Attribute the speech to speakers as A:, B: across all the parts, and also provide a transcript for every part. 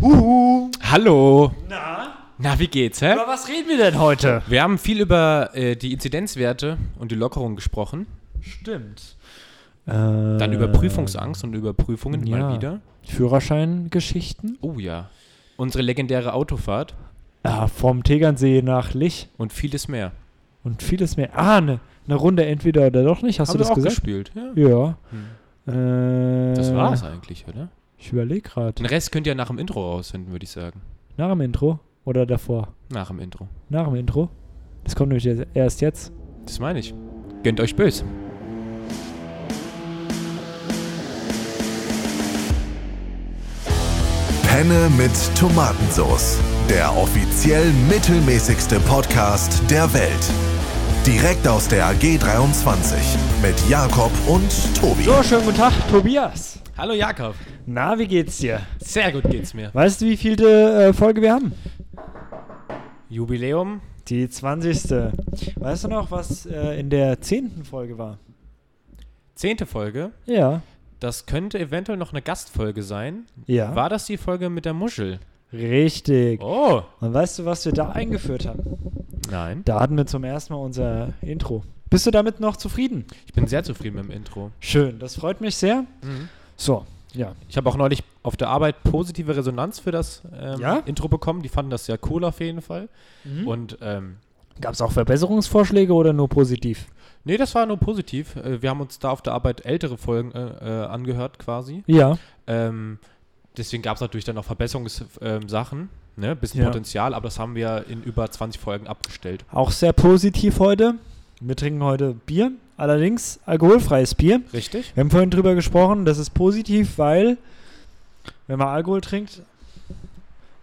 A: Huhu.
B: Hallo.
A: Na,
B: Na, wie geht's, hä?
A: über was reden wir denn heute?
B: Wir haben viel über äh, die Inzidenzwerte und die Lockerung gesprochen.
A: Stimmt.
B: Dann
A: Äh,
B: über Prüfungsangst und über Prüfungen mal
A: ja.
B: wieder.
A: Führerscheingeschichten.
B: Oh ja. Unsere legendäre Autofahrt
A: Ah, vom Tegernsee nach Lich
B: und vieles mehr.
A: und vieles mehr. Ah, eine ne Runde entweder oder doch nicht. Hast
B: haben
A: du das
B: wir auch
A: gesagt?
B: gespielt. Ja.
A: Ja. Äh,
B: Hm. Das war's Ne. eigentlich, oder?
A: Ich überlege gerade.
B: Den Rest könnt ihr nach dem Intro rausfinden, würde ich sagen.
A: Nach dem Intro oder davor?
B: Nach dem Intro.
A: Nach dem Intro. Das kommt nämlich jetzt- erst jetzt.
B: Das meine ich. Gönnt euch bös.
C: Penne mit Tomatensauce. Der offiziell mittelmäßigste Podcast der Welt. Direkt aus der AG 23 mit Jakob und Tobi.
A: So, schönen guten Tag, Tobias.
B: Hallo Jakob.
A: Na, wie geht's dir?
B: Sehr gut geht's mir.
A: Weißt du, wie viele äh, Folge wir haben?
B: Jubiläum.
A: Die 20. Weißt du noch, was äh, in der 10. Folge war?
B: Zehnte Folge.
A: Ja.
B: Das könnte eventuell noch eine Gastfolge sein.
A: Ja.
B: War das die Folge mit der Muschel?
A: Richtig.
B: Oh.
A: Und weißt du, was wir da eingeführt haben?
B: Nein.
A: Da hatten wir zum ersten Mal unser Intro. Bist du damit noch zufrieden?
B: Ich bin sehr zufrieden mit dem Intro.
A: Schön, das freut mich sehr. So, ja.
B: Ich habe auch neulich auf der Arbeit positive Resonanz für das ähm,
A: Ja? Mhm.
B: Intro bekommen. Die fanden das sehr cool auf jeden Fall. Und ähm,
A: Gab es auch Verbesserungsvorschläge oder nur positiv?
B: nee, das war nur positiv. Äh, wir haben uns da auf der Arbeit ältere Folgen äh, äh, angehört quasi.
A: Ja.
B: Ähm, deswegen gab es natürlich dann auch Verbesserungssachen. ne, bisschen
A: Ja.
B: Potenzial, aber das haben wir in über 20 Folgen abgestellt.
A: Auch sehr positiv heute. Wir trinken heute Bier, allerdings alkoholfreies Bier.
B: Richtig?
A: Wir haben vorhin drüber gesprochen, das ist positiv, weil wenn man Alkohol trinkt,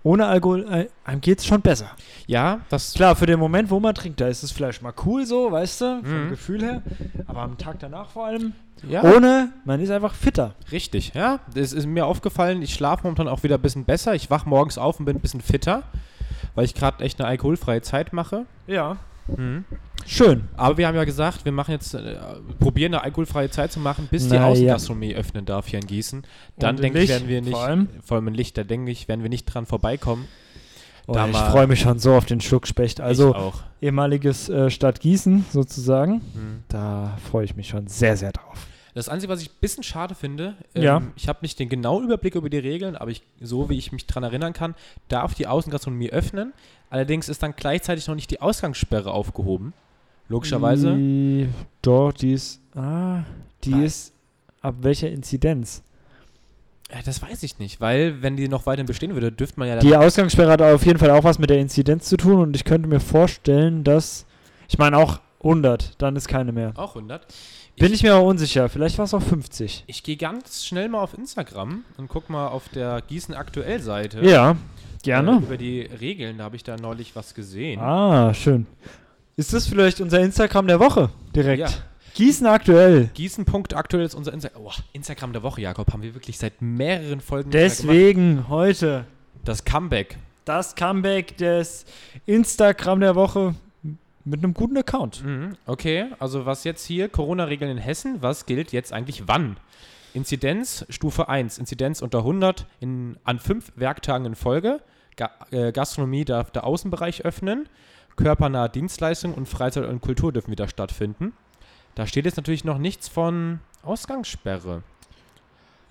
A: ohne Alkohol, äh, einem geht es schon besser.
B: Ja, das
A: Klar, für den Moment, wo man trinkt, da ist es vielleicht mal cool so, weißt du, vom
B: Mhm.
A: Gefühl her. Aber am Tag danach vor allem,
B: ja,
A: ohne, man ist einfach fitter.
B: richtig. Ja, das ist mir aufgefallen. Ich schlafe momentan auch wieder ein bisschen besser. Ich wache morgens auf und bin ein bisschen fitter, weil ich gerade echt eine alkoholfreie Zeit mache.
A: Ja.
B: Mhm.
A: Schön.
B: Aber wir haben ja gesagt, wir machen jetzt, äh, probieren eine alkoholfreie Zeit zu machen, bis die
A: Na ja.
B: Außengastronomie öffnen darf hier in Gießen. Dann
A: in
B: denke ich,
A: Licht
B: werden wir nicht,
A: vor allem.
B: vor allem in Licht, da denke ich, werden wir nicht dran vorbeikommen.
A: Oh,
B: Da
A: ich
B: mal-
A: freue mich schon so auf den Schluckspecht.
B: ich
A: Also
B: auch.
A: ehemaliges äh, Stadt Gießen sozusagen.
B: Mhm.
A: Da freue ich mich schon sehr, sehr drauf.
B: Das Einzige, was ich ein bisschen schade finde, ähm,
A: Ja.
B: ich habe nicht den genauen Überblick über die Regeln, aber ich, so wie ich mich dran erinnern kann, darf die Außengastronomie öffnen. Allerdings ist dann gleichzeitig noch nicht die Ausgangssperre aufgehoben. Logischerweise.
A: Die, doch, die ist. Ah, die
B: Nein.
A: ist. Ab welcher Inzidenz?
B: Ja, Äh, das weiß ich nicht, weil wenn die noch weiterhin bestehen würde, dürfte man ja dann
A: Die Ausgangssperre hat auf jeden Fall auch was mit der Inzidenz zu tun und ich könnte mir vorstellen, dass. Ich meine auch 100, dann ist keine mehr.
B: auch 100.
A: Bin ich mir aber unsicher. Vielleicht war es auch 50.
B: Ich gehe ganz schnell mal auf Instagram und guck mal auf der Gießen aktuell Seite.
A: Ja,
B: Äh,
A: gerne.
B: über die Regeln, da habe ich da neulich was gesehen.
A: Ah, schön. Ist das vielleicht unser Instagram der Woche direkt?
B: Ja.
A: Gießen aktuell.
B: Gießen.aktuell ist unser Insta oh, Instagram der Woche, Jakob, haben wir wirklich seit mehreren Folgen nicht mehr gemacht.
A: Deswegen heute
B: das Comeback.
A: das Comeback des Instagram der Woche mit einem guten Account.
B: Mhm, okay, also was jetzt hier Corona-Regeln in Hessen, was gilt jetzt eigentlich wann? Inzidenz Stufe 1, Inzidenz unter 100 in, an fünf Werktagen in Folge. Ga äh, Gastronomie darf der Außenbereich öffnen. Körpernahe Dienstleistungen und Freizeit und Kultur dürfen wieder stattfinden. Da steht jetzt natürlich noch nichts von Ausgangssperre.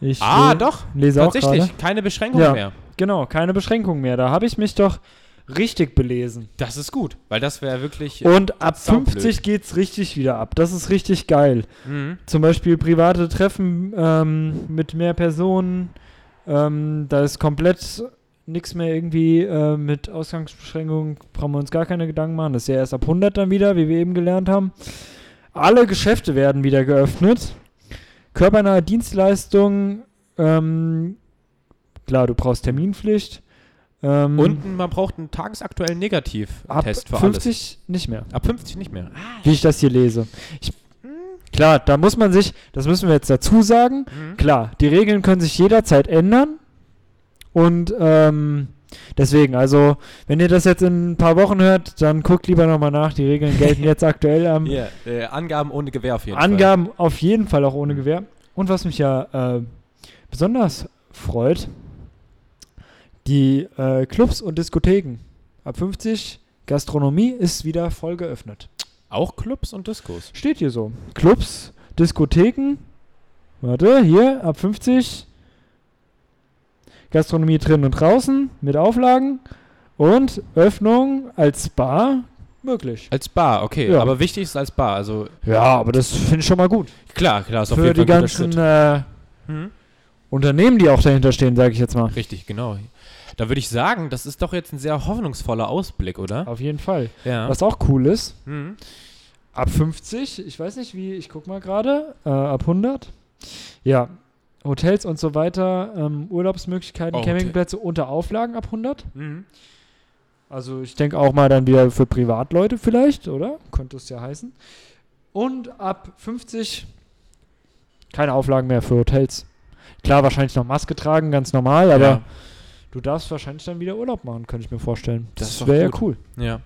A: Ich
B: ah,
A: le-
B: doch.
A: lese auch
B: tatsächlich.
A: gerade.
B: keine Beschränkungen
A: Ja.
B: mehr.
A: Genau, keine Beschränkung mehr. Da habe ich mich doch richtig belesen.
B: Das ist gut, weil das wäre wirklich.
A: Und ab
B: saublöd.
A: 50 geht's richtig wieder ab. Das ist richtig geil.
B: Mhm.
A: Zum Beispiel private Treffen ähm, mit mehr Personen. Ähm, da ist komplett nichts mehr irgendwie äh, mit Ausgangsbeschränkungen. Brauchen wir uns gar keine Gedanken machen. Das ist ja erst ab 100 dann wieder, wie wir eben gelernt haben. Alle Geschäfte werden wieder geöffnet. Körpernahe Dienstleistungen. Ähm, klar, du brauchst Terminpflicht. Ähm,
B: Und man braucht einen tagesaktuellen
A: ab
B: Negativ-Test für
A: 50 nicht mehr.
B: alles. Ab 50 nicht mehr.
A: wie ich das hier lese. Ich, klar, da muss man sich, das müssen wir jetzt dazu sagen,
B: Mhm.
A: klar, die Regeln können sich jederzeit ändern. Und ähm, deswegen, also, wenn ihr das jetzt in ein paar Wochen hört, dann guckt lieber nochmal nach. Die Regeln gelten jetzt aktuell am
B: Ja, äh, Angaben ohne Gewehr auf jeden Fall. Mhm.
A: Angaben auf jeden Fall auch ohne Gewehr. Und was mich ja äh, besonders freut, Die äh, Clubs und Diskotheken ab 50, Gastronomie ist wieder voll geöffnet.
B: Auch Clubs und Diskos.
A: Steht hier so. Clubs, Diskotheken. Warte, hier, ab 50. Gastronomie drin und draußen mit Auflagen. Und Öffnung als Bar möglich.
B: Als Bar, okay.
A: Ja.
B: Aber wichtig ist als Bar. Also
A: Ja, aber das finde ich schon mal gut.
B: klar, klar, ist auf
A: Für
B: jeden
A: die
B: Fall ein guter Schritt.
A: ganzen äh,
B: Mhm.
A: Unternehmen, die auch dahinter stehen, sage ich jetzt mal.
B: Richtig, genau. Da würde ich sagen, das ist doch jetzt ein sehr hoffnungsvoller Ausblick, oder?
A: Auf jeden Fall.
B: Ja.
A: Was auch cool ist,
B: Mhm.
A: ab 50, ich weiß nicht wie, ich guck mal gerade, äh, ab 100. Ja, Hotels und so weiter, ähm, Urlaubsmöglichkeiten,
B: Oh, Hotel-
A: Campingplätze unter Auflagen ab 100.
B: Mhm.
A: Also ich denke auch mal dann wieder für Privatleute vielleicht, oder? Könnte es ja heißen. Und ab 50 keine Auflagen mehr für Hotels. Klar, wahrscheinlich noch Maske tragen, ganz normal, aber
B: Ja.
A: du darfst wahrscheinlich dann wieder Urlaub machen, könnte ich mir vorstellen.
B: Das ist
A: Das
B: doch
A: wäre ja
B: gut.
A: cool.
B: Ja. Ja,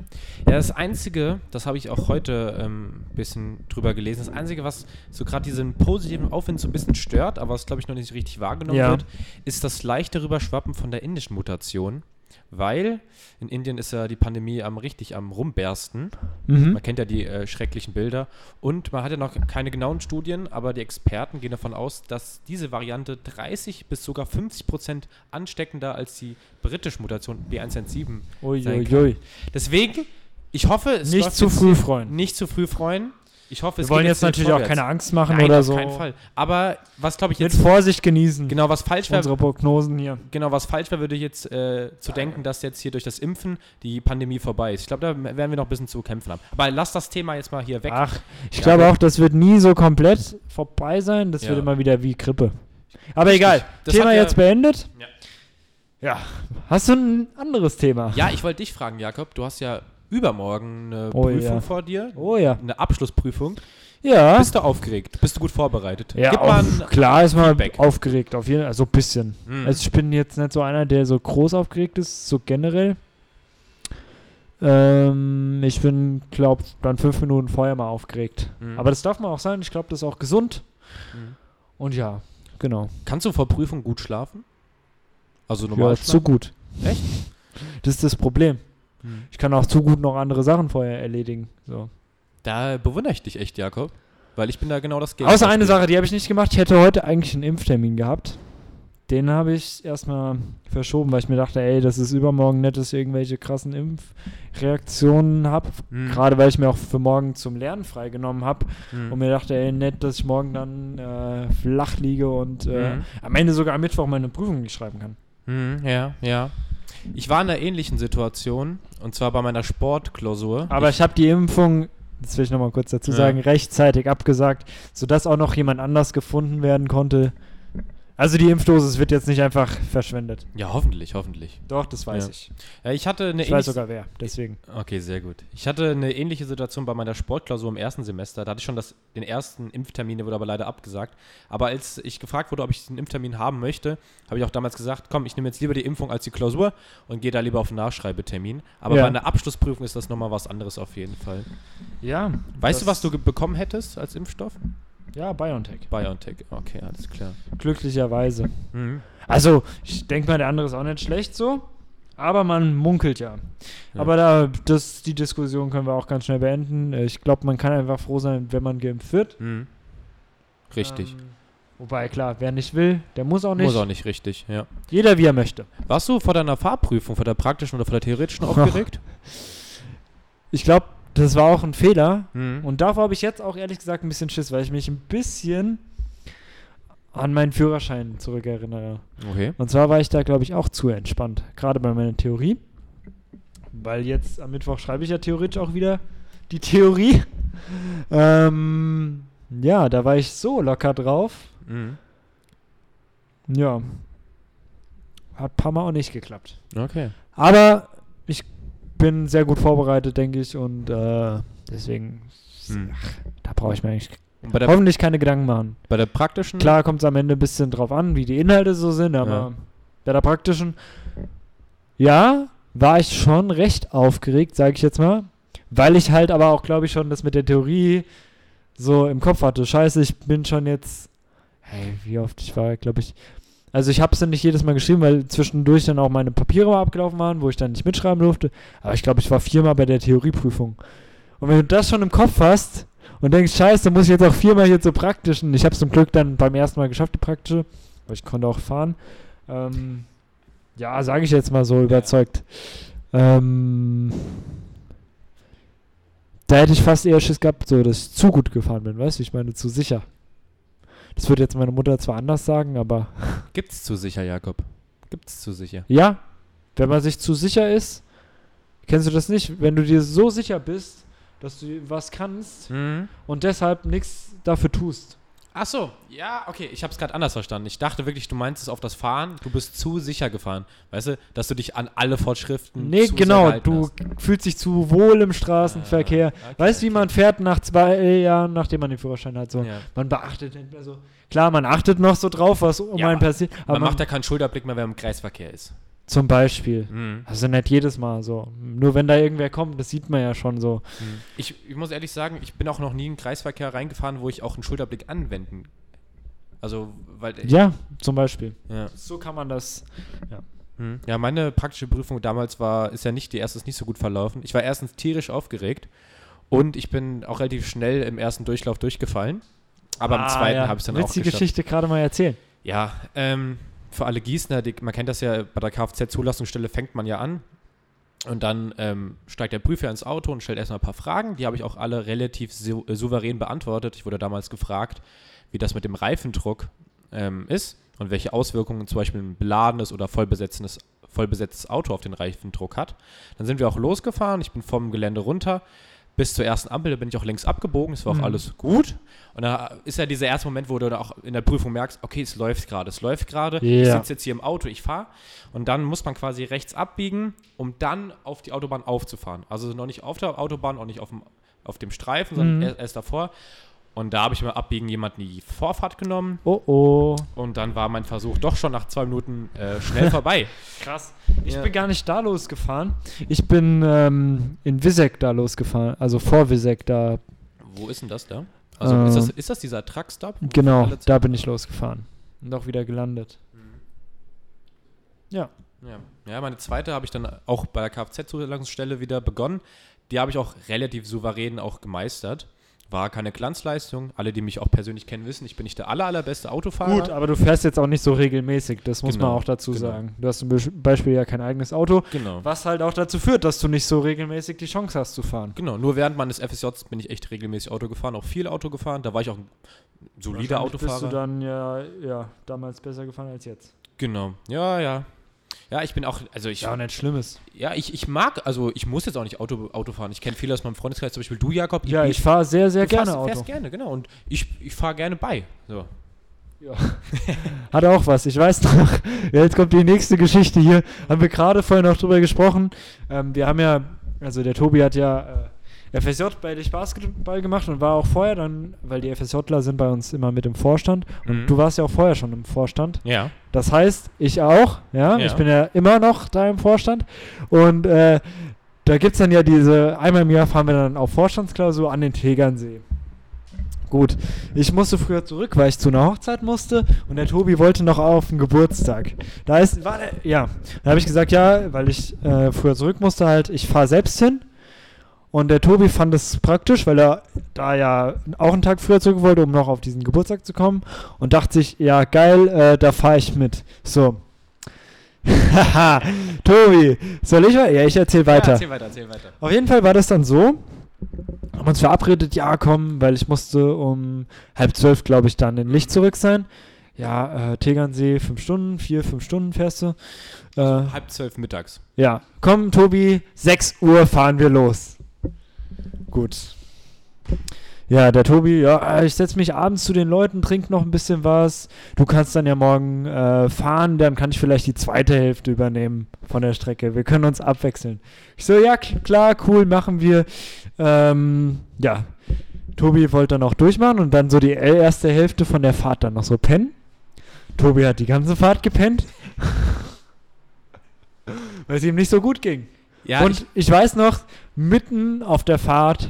B: das Einzige, das habe ich auch heute ein ähm, bisschen drüber gelesen, das Einzige, was so gerade diesen positiven Aufwind so ein bisschen stört, aber was, glaube ich, noch nicht richtig wahrgenommen
A: Ja.
B: wird, ist das leichte Rüberschwappen von der indischen Mutation. Weil in Indien ist ja die Pandemie am richtig am rumbersten.
A: Mhm.
B: Man kennt ja die äh, schrecklichen Bilder. Und man hat ja noch keine genauen Studien, aber die Experten gehen davon aus, dass diese Variante 30 bis sogar 50 Prozent ansteckender als die britische Mutation B117 sein kann.
A: Uiuiui.
B: Deswegen, ich hoffe, es
A: Nicht
B: läuft
A: zu
B: jetzt
A: früh freuen.
B: nicht zu früh freuen. Ich hoffe, es
A: Wir wollen
B: geht
A: jetzt natürlich auch
B: vorwärts.
A: keine Angst machen
B: Nein,
A: oder
B: auf
A: so.
B: keinen Fall. Aber was glaube ich
A: Mit
B: jetzt
A: Vorsicht genießen.
B: genau was falsch wäre,
A: Unsere Prognosen hier.
B: genau was falsch wäre, würde ich jetzt äh, zu denken, dass jetzt hier durch das Impfen die Pandemie vorbei ist. Ich glaube, da werden wir noch ein bisschen zu kämpfen haben. Aber lass das Thema jetzt mal hier weg.
A: Ach, ich
B: Ja,
A: glaube
B: aber-
A: auch, das wird nie so komplett vorbei sein. Das
B: Ja.
A: wird immer wieder wie Grippe. Aber egal,
B: Das
A: Thema
B: hat ja-
A: jetzt beendet.
B: Ja.
A: Ja. Hast du ein anderes Thema?
B: Ja, ich wollte dich fragen, Jakob. Du hast ja übermorgen eine
A: Oh,
B: Prüfung
A: ja.
B: vor dir.
A: Oh ja.
B: Eine Abschlussprüfung.
A: Ja.
B: Bist du aufgeregt? Bist du gut vorbereitet?
A: Ja,
B: Gib mal
A: auf,
B: ein,
A: klar ist man
B: Feedback.
A: aufgeregt, auf jeden Fall, so ein bisschen.
B: Mhm.
A: Also ich bin jetzt nicht so einer, der so groß aufgeregt ist, so generell. Ähm, ich bin, glaub, dann fünf Minuten vorher mal aufgeregt.
B: Mhm.
A: Aber das darf man auch sein, ich glaube, das ist auch gesund.
B: Mhm.
A: Und ja, genau.
B: Kannst du vor Prüfung gut schlafen? Also normal
A: Ja, zu gut.
B: Echt?
A: Das ist das Problem.
B: Mhm.
A: Ich kann auch zu gut noch andere Sachen vorher erledigen. So.
B: Da bewundere ich dich echt, Jakob. Weil ich bin da genau das Gegenteil.
A: Außer eine Sache, die habe ich nicht gemacht. Ich hätte heute eigentlich einen Impftermin gehabt. Den habe ich erstmal verschoben, weil ich mir dachte, ey, das ist übermorgen nett, dass ich irgendwelche krassen Impfreaktionen habe.
B: Mhm.
A: Gerade weil ich mir auch für morgen zum Lernen freigenommen habe
B: Mhm.
A: und mir dachte, ey, nett, dass ich morgen dann äh, flach liege und äh,
B: Mhm.
A: am Ende sogar am Mittwoch meine Prüfung nicht schreiben kann.
B: Mhm, ja, ja. Ich war in einer ähnlichen Situation. Und zwar bei meiner Sportklausur.
A: Aber ich, habe die Impfung, das will ich nochmal kurz dazu
B: Ja.
A: sagen, rechtzeitig abgesagt, sodass auch noch jemand anders gefunden werden konnte. Also die Impfdosis wird jetzt nicht einfach verschwendet.
B: ja, hoffentlich, hoffentlich.
A: Doch, das weiß
B: Ja.
A: ich.
B: Ja, ich hatte eine
A: Ich weiß sogar wer, deswegen.
B: Okay, sehr gut. Ich hatte eine ähnliche Situation bei meiner Sportklausur im ersten Semester. Da hatte ich schon das, den ersten Impftermin, der wurde aber leider abgesagt. Aber als ich gefragt wurde, ob ich den Impftermin haben möchte, habe ich auch damals gesagt, komm, ich nehme jetzt lieber die Impfung als die Klausur und gehe da lieber auf einen Nachschreibetermin. Aber
A: Ja.
B: bei einer Abschlussprüfung ist das nochmal was anderes auf jeden Fall.
A: Ja.
B: Weißt du, was du ge- bekommen hättest als Impfstoff?
A: Ja, BioNTech.
B: BioNTech. Okay, alles klar.
A: Glücklicherweise.
B: Mhm.
A: Also, ich denke mal, der andere ist auch nicht schlecht so. Aber man munkelt ja.
B: Ja.
A: Aber da, das, die Diskussion können wir auch ganz schnell beenden. Ich glaube, man kann einfach froh sein, wenn man geimpft wird.
B: Mhm. Richtig.
A: Ähm, wobei, klar, wer nicht will, der muss auch nicht.
B: Muss auch nicht richtig, ja.
A: Jeder, wie er möchte.
B: Warst du vor deiner Fahrprüfung, vor der praktischen oder vor der theoretischen aufgeregt?
A: Ich glaube, das war auch ein Fehler.
B: Mhm.
A: Und davor habe ich jetzt auch ehrlich gesagt ein bisschen Schiss, weil ich mich ein bisschen an meinen Führerschein zurückerinnere.
B: Okay.
A: Und zwar war ich da, glaube ich, auch zu entspannt. Gerade bei meiner Theorie. Weil jetzt am Mittwoch schreibe ich ja theoretisch auch wieder die Theorie. Ähm, ja, da war ich so locker drauf.
B: Mhm.
A: Ja. Hat ein paar Mal auch nicht geklappt.
B: Okay.
A: Aber ich bin sehr gut vorbereitet, denke ich, und äh, deswegen,
B: Hm.
A: ach, da brauche ich mir eigentlich
B: Und bei, der,
A: hoffentlich keine Gedanken machen.
B: bei der praktischen?
A: Klar kommt es am Ende ein bisschen drauf an, wie die Inhalte so sind, aber
B: Ja.
A: bei der praktischen, ja, war ich schon recht aufgeregt, sage ich jetzt mal, weil ich halt aber auch, glaube ich, schon das mit der Theorie so im Kopf hatte. Scheiße, ich bin schon jetzt, hey, wie oft ich war, glaube ich, Also ich habe es dann nicht jedes Mal geschrieben, weil zwischendurch dann auch meine Papiere mal abgelaufen waren, wo ich dann nicht mitschreiben durfte. Aber ich glaube, ich war viermal bei der Theorieprüfung. Und wenn du das schon im Kopf hast und denkst, scheiße, muss ich jetzt auch viermal hier zur praktischen. Ich habe es zum Glück dann beim ersten Mal geschafft, die praktische, weil ich konnte auch fahren. Ähm, ja, sage ich jetzt mal so überzeugt. Ähm, da hätte ich fast eher Schiss gehabt, so, dass ich zu gut gefahren bin, weißt du? Ich meine, zu sicher. Das würde jetzt meine Mutter zwar anders sagen, aber
B: Gibt's zu sicher, Jakob. Gibt's zu sicher.
A: ja, wenn man sich zu sicher ist, kennst du das nicht? Wenn du dir so sicher bist, dass du was kannst
B: Mhm.
A: und deshalb nichts dafür tust.
B: Ach so, ja, okay, ich habe es gerade anders verstanden. Ich dachte wirklich, du meinst es auf das Fahren, du bist zu sicher gefahren. Weißt du, dass du dich an alle Vorschriften
A: Nee,
B: zu
A: genau,
B: sehr gehalten
A: du
B: hast.
A: fühlst dich zu wohl im Straßenverkehr.
B: Ah, okay,
A: weißt du, wie
B: okay.
A: man fährt nach zwei Jahren, nachdem man den Führerschein hat, so.
B: Ja.
A: Man beachtet nicht mehr so. Klar, man achtet noch so drauf, was um
B: Ja,
A: einen passiert. Aber
B: Man macht ja keinen Schulterblick mehr, wenn man im Kreisverkehr ist.
A: zum Beispiel.
B: Mhm.
A: Also nicht jedes Mal so. Nur wenn da irgendwer kommt, das sieht man ja schon so.
B: Ich, ich muss ehrlich sagen, ich bin auch noch nie in den Kreisverkehr reingefahren, wo ich auch einen Schulterblick anwenden. Also, weil.
A: Ja, zum Beispiel.
B: Ja.
A: So kann man das. Ja.
B: Hm. Ja, meine praktische Prüfung damals war, ist ja nicht, die erste ist nicht so gut verlaufen. Ich war erstens tierisch aufgeregt und ich bin auch relativ schnell im ersten Durchlauf durchgefallen. Aber im zweiten habe ich dann
A: Ah, Willst
B: auch
A: die
B: geschafft.
A: Geschichte gerade mal erzählen?
B: Ja, ähm, für alle Gießener, die, man kennt das ja, bei der Kfz-Zulassungsstelle fängt man ja an. Und dann ähm, steigt der Prüfer ins Auto und stellt erstmal ein paar Fragen. Die habe ich auch alle relativ sou äh, souverän beantwortet. Ich wurde damals gefragt, wie das mit dem Reifendruck ähm, ist und welche Auswirkungen zum Beispiel ein beladenes oder vollbesetztes, vollbesetztes Auto auf den Reifendruck hat. Dann sind wir auch losgefahren. Ich bin vom Gelände runter bis zur ersten Ampel. Da bin ich auch links abgebogen. Es war auch
A: Mhm.
B: alles gut. Und da ist ja dieser erste Moment, wo du da auch in der Prüfung merkst, okay, es läuft gerade, es läuft gerade. Ich
A: Ja.
B: sitze jetzt hier im Auto, ich fahre. Und dann muss man quasi rechts abbiegen, um dann auf die Autobahn aufzufahren. Also noch nicht auf der Autobahn, auch nicht auf dem, auf dem Streifen, sondern
A: Mhm.
B: erst, erst davor. Und da habe ich beim Abbiegen jemanden die Vorfahrt genommen.
A: Oh oh.
B: Und dann war mein Versuch doch schon nach zwei Minuten äh, schnell vorbei.
A: Krass. Ich
B: Ja.
A: bin gar nicht da losgefahren. Ich bin ähm, in Wisek da losgefahren. Also vor Wisek da.
B: Wo ist denn das da? Also
A: Äh.
B: ist, das, ist das dieser Truckstop? wo
A: Genau,
B: alle-
A: da bin ich losgefahren. Und auch wieder gelandet. Ja.
B: Ja. ja, meine zweite habe ich dann auch bei der Kfz-Zulassungsstelle wieder begonnen. Die habe ich auch relativ souverän auch gemeistert. War keine Glanzleistung. Alle, die mich auch persönlich kennen, wissen, ich bin nicht der aller, allerbeste Autofahrer.
A: Gut, aber du fährst jetzt auch nicht so regelmäßig. Das muss
B: Genau,
A: man auch dazu
B: genau.
A: sagen. Du hast zum Be- Beispiel ja kein eigenes Auto.
B: Genau.
A: Was halt auch dazu führt, dass du nicht so regelmäßig die Chance hast zu fahren.
B: Genau, nur während meines FSJs bin ich echt regelmäßig Auto gefahren, auch viel Auto gefahren. Da war ich auch ein solider
A: Wahrscheinlich
B: Autofahrer.
A: Bist du dann ja, ja damals besser gefahren als jetzt.
B: Genau, ja, ja. Ja, ich bin auch, also ich,
A: Ja,
B: ja,
A: nicht Schlimmes.
B: ich, ich mag, also ich muss jetzt auch nicht Auto, Auto fahren. Ich kenne viele aus meinem Freundeskreis, zum Beispiel du, Jakob.
A: Ja,
B: ihr-
A: ich fahre sehr, sehr
B: du
A: gerne
B: fährst,
A: Auto.
B: fährst gerne, genau. Und ich, ich fahre gerne bei. So.
A: Hat auch was, ich weiß noch. Ja, Jetzt kommt die nächste Geschichte hier. Haben wir gerade vorhin noch drüber gesprochen. Ähm, wir haben ja, also der Tobi hat ja äh, FSJ bei dich Basketball gemacht und war auch vorher dann, weil die FSJler sind bei uns immer mit im Vorstand. Und
B: Mhm.
A: du warst ja auch vorher schon im Vorstand.
B: Ja.
A: Das heißt, ich auch, ja,
B: Ja.
A: ich bin ja immer noch da im Vorstand. Und äh, da gibt es dann ja diese, einmal im Jahr fahren wir dann auf Vorstandsklausur an den Tegernsee. Gut, ich musste früher zurück, weil ich zu einer Hochzeit musste und der Tobi wollte noch auf den Geburtstag. Da ist, war der, ja, da habe ich gesagt, ja, weil ich äh, früher zurück musste halt, ich fahre selbst hin. Und der Tobi fand es praktisch, weil er da ja auch einen Tag früher zurück wollte, um noch auf diesen Geburtstag zu kommen. Und dachte sich, ja, geil, äh, da fahre ich mit. So. Haha, Tobi, soll ich weiter? Ja, ich erzähl
B: Ja,
A: weiter.
B: erzähl weiter, erzähl weiter.
A: Auf jeden Fall war das dann so. Haben uns verabredet, ja, komm, weil ich musste um halb zwölf, glaube ich, dann in Licht zurück sein. Ja, äh, Tegernsee, fünf Stunden, vier, fünf Stunden fährst du. Äh,
B: Halb zwölf mittags.
A: ja, komm, Tobi, 6 Uhr fahren wir los. Gut. Ja, der Tobi, ja, äh, ich setze mich abends zu den Leuten, trink noch ein bisschen was. Du kannst dann ja morgen äh, fahren, dann kann ich vielleicht die zweite Hälfte übernehmen von der Strecke. Wir können uns abwechseln. Ich so, ja, k- klar, cool, machen wir. Ähm, ja, Tobi wollte dann auch durchmachen und dann so die e-, erste Hälfte von der Fahrt dann noch so pennen. Tobi hat die ganze Fahrt gepennt, weil es ihm nicht so gut ging
B: Ja,
A: und ich, weiß noch, mitten auf der Fahrt,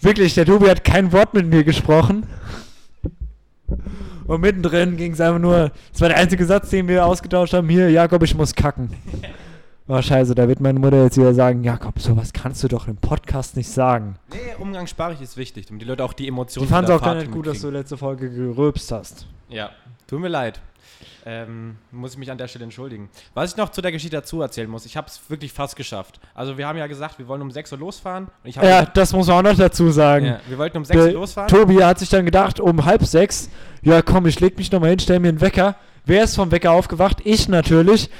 A: wirklich, der Tobi hat kein Wort mit mir gesprochen. Und mittendrin ging es einfach nur, das war der einzige Satz, den wir ausgetauscht haben, hier, Jakob, ich muss kacken. War scheiße, da wird meine Mutter jetzt wieder sagen, Jakob, sowas kannst du doch im Podcast nicht sagen.
B: Nee, umgangssprachig ist wichtig, um die Leute auch die Emotionen
A: Ich fand es
B: von
A: auch
B: der
A: gar
B: Fahrt
A: nicht gut, dass du
B: mitkriegen.
A: letzte Folge gerülpst hast.
B: Ja, tut mir leid. Ähm, muss ich mich an der Stelle entschuldigen. Was ich noch zu der Geschichte dazu erzählen muss, ich habe es wirklich fast geschafft. Also wir haben ja gesagt, wir wollen um 6 Uhr losfahren. Und ich hab-
A: Ja, Äh, das muss man auch noch dazu sagen.
B: ja, wir wollten um 6 Uhr
A: Der
B: losfahren.
A: Tobi hat sich dann gedacht, um halb sechs, ja komm, ich leg mich nochmal hin, stell mir einen Wecker. Wer ist vom Wecker aufgewacht? Ich natürlich.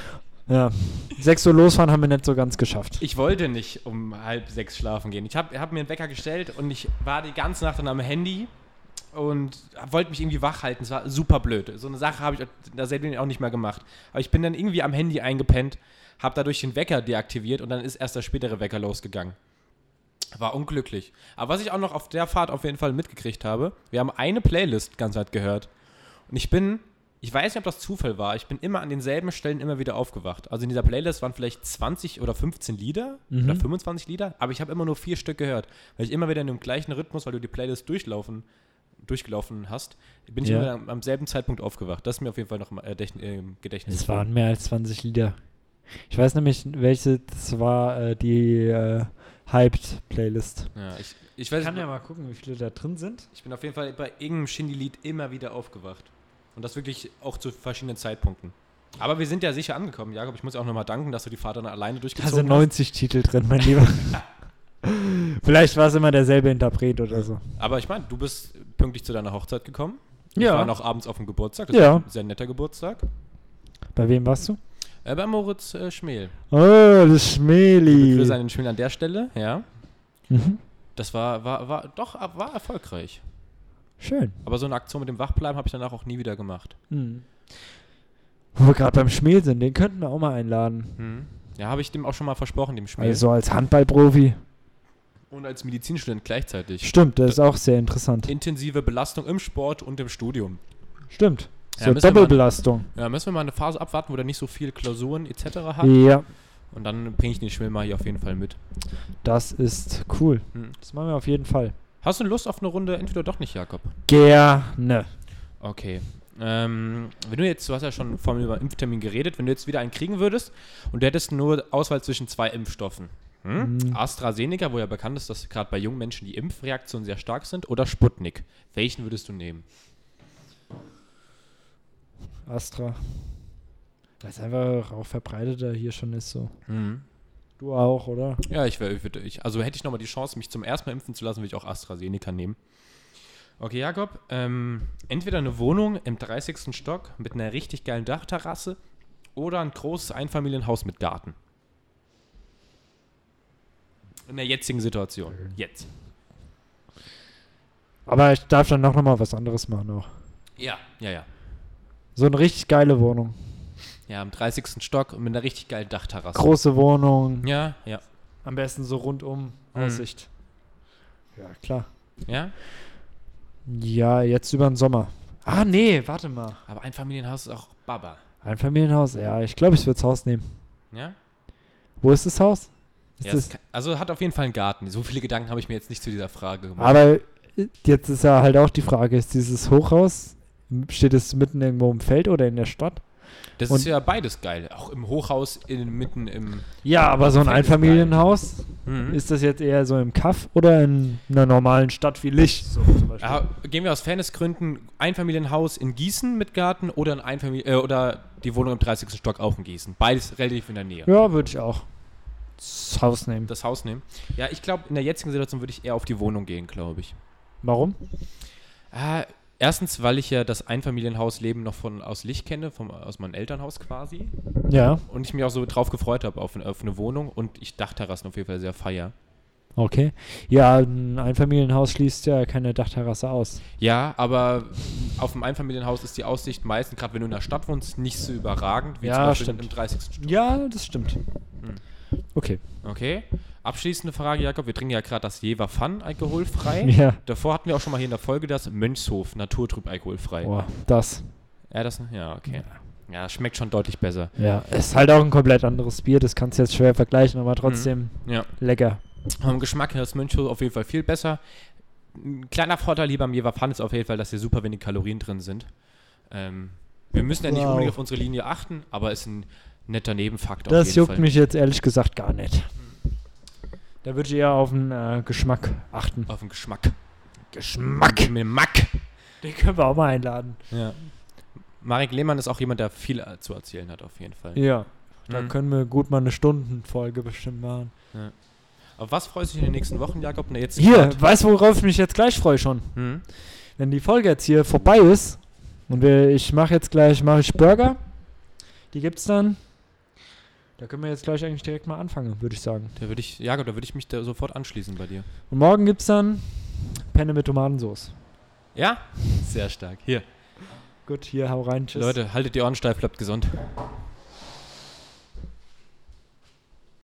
A: Ja, sechs Uhr losfahren haben wir nicht so ganz geschafft.
B: Ich wollte nicht um halb sechs schlafen gehen. Ich habe hab mir einen Wecker gestellt und ich war die ganze Nacht dann am Handy und wollte mich irgendwie wach halten. Es war super blöd. So eine Sache habe ich da seitdem auch nicht mehr gemacht. Aber ich bin dann irgendwie am Handy eingepennt, habe dadurch den Wecker deaktiviert und dann ist erst der spätere Wecker losgegangen. War unglücklich. Aber was ich auch noch auf der Fahrt auf jeden Fall mitgekriegt habe, wir haben eine Playlist ganz weit gehört. Und ich bin, ich weiß nicht, ob das Zufall war, ich bin immer an denselben Stellen immer wieder aufgewacht. Also in dieser Playlist waren vielleicht 20 oder 15 Lieder
A: Mhm.
B: oder 25 Lieder, aber ich habe immer nur vier Stück gehört. Weil ich immer wieder in dem gleichen Rhythmus, weil du die Playlist durchlaufen, durchgelaufen hast, bin ich
A: Ja.
B: immer am, am selben Zeitpunkt aufgewacht. Das ist mir auf jeden Fall noch im Erdächt- äh, im Gedächtnis.
A: Es waren mehr als 20 Lieder. Ich weiß nämlich, welche das war, äh, die äh, Hyped-Playlist.
B: Ja, ich, ich, weiß,
A: mal gucken, wie viele da drin sind.
B: ich bin auf jeden Fall bei irgendeinem Shindy-Lied immer wieder aufgewacht. Und das wirklich auch zu verschiedenen Zeitpunkten. Aber wir sind ja sicher angekommen, Jakob. Ich muss auch nochmal danken, dass du die Fahrt dann alleine
A: Da
B: durchgezogen
A: sind
B: hast.
A: 90 Titel drin, mein Lieber. Vielleicht war es immer derselbe Interpret oder so.
B: Aber ich meine, du bist pünktlich zu deiner Hochzeit gekommen. Wir
A: Ja.
B: waren auch abends auf dem Geburtstag.
A: Ja.
B: war ein sehr netter Geburtstag.
A: Bei wem warst du?
B: Äh, bei Moritz äh, Schmel.
A: Oh, das Schmeli.
B: Grüße an den Schmel an der Stelle, ja.
A: Mhm.
B: Das war, war, war doch äh, war erfolgreich.
A: Schön.
B: Aber so eine Aktion mit dem Wachbleiben habe ich danach auch nie wieder gemacht.
A: Hm. Wo wir gerade beim Schmiel sind, den könnten wir auch mal einladen.
B: Hm. Ja, habe ich dem auch schon mal versprochen, dem Schmel.
A: Also so als Handballprofi.
B: Und als Medizinstudent gleichzeitig.
A: Stimmt, das ist auch sehr interessant.
B: Intensive Belastung im Sport und im Studium.
A: Stimmt.
B: Ja,
A: So
B: müssen wir mal-
A: Doppelbelastung.
B: Ja, müssen wir mal eine Phase abwarten, wo der nicht so viel Klausuren etc. hat.
A: Ja,
B: Und dann bringe ich den Schmel mal hier auf jeden Fall mit.
A: das ist cool.
B: Hm.
A: Das machen wir auf jeden Fall.
B: Hast du Lust auf eine Runde? Entweder doch nicht, Jakob.
A: Gerne.
B: Okay. Ähm, wenn du jetzt, du hast ja schon vor mir über Impftermin geredet, wenn du jetzt wieder einen kriegen würdest und du hättest nur Auswahl zwischen zwei Impfstoffen. Hm? AstraZeneca, wo ja bekannt ist, dass gerade bei jungen Menschen die Impfreaktionen sehr stark sind, oder Sputnik. Welchen würdest du nehmen?
A: Astra. Weil es einfach auch verbreiteter hier schon ist so.
B: Mhm.
A: Du auch, oder?
B: Ja, ich wäre, ich, würd- ich, also hätte ich nochmal die Chance, mich zum ersten Mal impfen zu lassen, würde ich auch AstraZeneca nehmen. Okay, Jakob, ähm, entweder eine Wohnung im 30. Stock mit einer richtig geilen Dachterrasse oder ein großes Einfamilienhaus mit Garten. In der jetzigen Situation. Jetzt.
A: Aber ich darf dann noch, noch mal was anderes machen auch.
B: Ja. Ja, ja.
A: So eine richtig geile Wohnung.
B: Ja, im 30. Stock und mit einer richtig geilen Dachterrasse.
A: Große Wohnung.
B: Ja, Mhm. ja.
A: Am besten so rundum Aussicht. Ja, klar.
B: Ja?
A: Ja, jetzt über den Sommer. Ah, nee, warte mal.
B: Aber Einfamilienhaus ist auch Baba.
A: Einfamilienhaus? Ja, ich glaube, ich würde das Haus nehmen.
B: Ja?
A: Wo ist das Haus? Ist
B: ja es
A: das,
B: kann, also hat auf jeden Fall einen Garten. So viele Gedanken habe ich mir jetzt nicht zu dieser Frage gemacht.
A: aber jetzt ist ja halt auch die Frage, ist dieses Hochhaus, steht es mitten irgendwo im Feld oder in der Stadt?
B: Das
A: Und-
B: ist ja beides geil. Auch im Hochhaus, in, mitten im.
A: Ja, aber so ein Einfamilienhaus,
B: Mhm.
A: ist das jetzt eher so im Kaff oder in einer normalen Stadt wie Lich? So zum Beispiel.
B: Ah, gehen wir aus Fairnessgründen Einfamilienhaus in Gießen mit Garten oder ein Einfamilien äh, oder die Wohnung im 30. Stock auch in Gießen. Beides relativ in der Nähe.
A: Ja, würde ich auch das Haus nehmen.
B: Das Haus nehmen. Ja, ich glaube, in der jetzigen Situation würde ich eher auf die Wohnung gehen, glaube ich.
A: Warum?
B: Ah, erstens, weil ich ja das Einfamilienhausleben noch von aus Licht kenne, vom, aus meinem Elternhaus quasi.
A: Ja,
B: Und ich mich auch so drauf gefreut habe auf, auf eine Wohnung und ich Dachterrassen auf jeden Fall sehr feier.
A: okay. Ja, ein Einfamilienhaus schließt ja keine Dachterrasse aus.
B: Ja, aber auf dem Einfamilienhaus ist die Aussicht meistens, gerade wenn du in der Stadt wohnst, nicht so überragend wie
A: Ja,
B: zum Beispiel
A: stimmt.
B: im 30. Stock.
A: Ja, das stimmt.
B: Hm.
A: Okay.
B: Okay. Abschließende Frage, Jakob. Wir trinken ja gerade das Jever Fun alkoholfrei.
A: Ja.
B: Davor hatten wir auch schon mal hier in der Folge das Mönchshof Naturtrüb alkoholfrei.
A: Boah, das.
B: Ja, das, ja, okay. Ja, das schmeckt schon deutlich besser.
A: Ja, ist halt auch ein komplett anderes Bier, das kannst du jetzt schwer vergleichen,
B: Mhm.
A: aber trotzdem
B: Ja.
A: lecker.
B: Vom Geschmack her ist Mönchshof auf jeden Fall viel besser. Ein kleiner Vorteil hier beim Jever Fun ist auf jeden Fall, dass hier super wenig Kalorien drin sind. Ähm, wir müssen ja nicht
A: Wow.
B: unbedingt auf unsere Linie achten, aber ist ein netter Nebenfaktor. auf
A: Das
B: jeden
A: juckt
B: Fall. Hm.
A: mich jetzt ehrlich gesagt gar nicht. Da würde ich eher auf den äh, Geschmack achten.
B: Auf den Geschmack.
A: Geschmack!
B: Mit dem Mack.
A: Den können wir auch mal einladen.
B: Ja. Marek Lehmann ist auch jemand, der viel äh, zu erzählen hat, auf jeden Fall.
A: Ja, da
B: Mhm.
A: können wir gut mal eine Stundenfolge bestimmt machen.
B: Auf was freust du dich in den nächsten Wochen, Jakob? Na, jetzt
A: Hier,
B: grad.
A: weißt du, worauf ich mich jetzt gleich freue schon?
B: Hm?
A: Wenn die Folge jetzt hier vorbei ist und wir, ich mache jetzt gleich, mache ich Burger. Die gibt's dann. Da können wir jetzt gleich eigentlich direkt mal anfangen, würde ich sagen.
B: Da würde ich, Jakob, da würde ich mich da sofort anschließen bei dir.
A: Und morgen gibt's dann Penne mit Tomatensauce.
B: Ja? Sehr stark. Hier.
A: Gut, hier, hau rein, tschüss.
B: Leute, haltet die Ohren steif, bleibt gesund.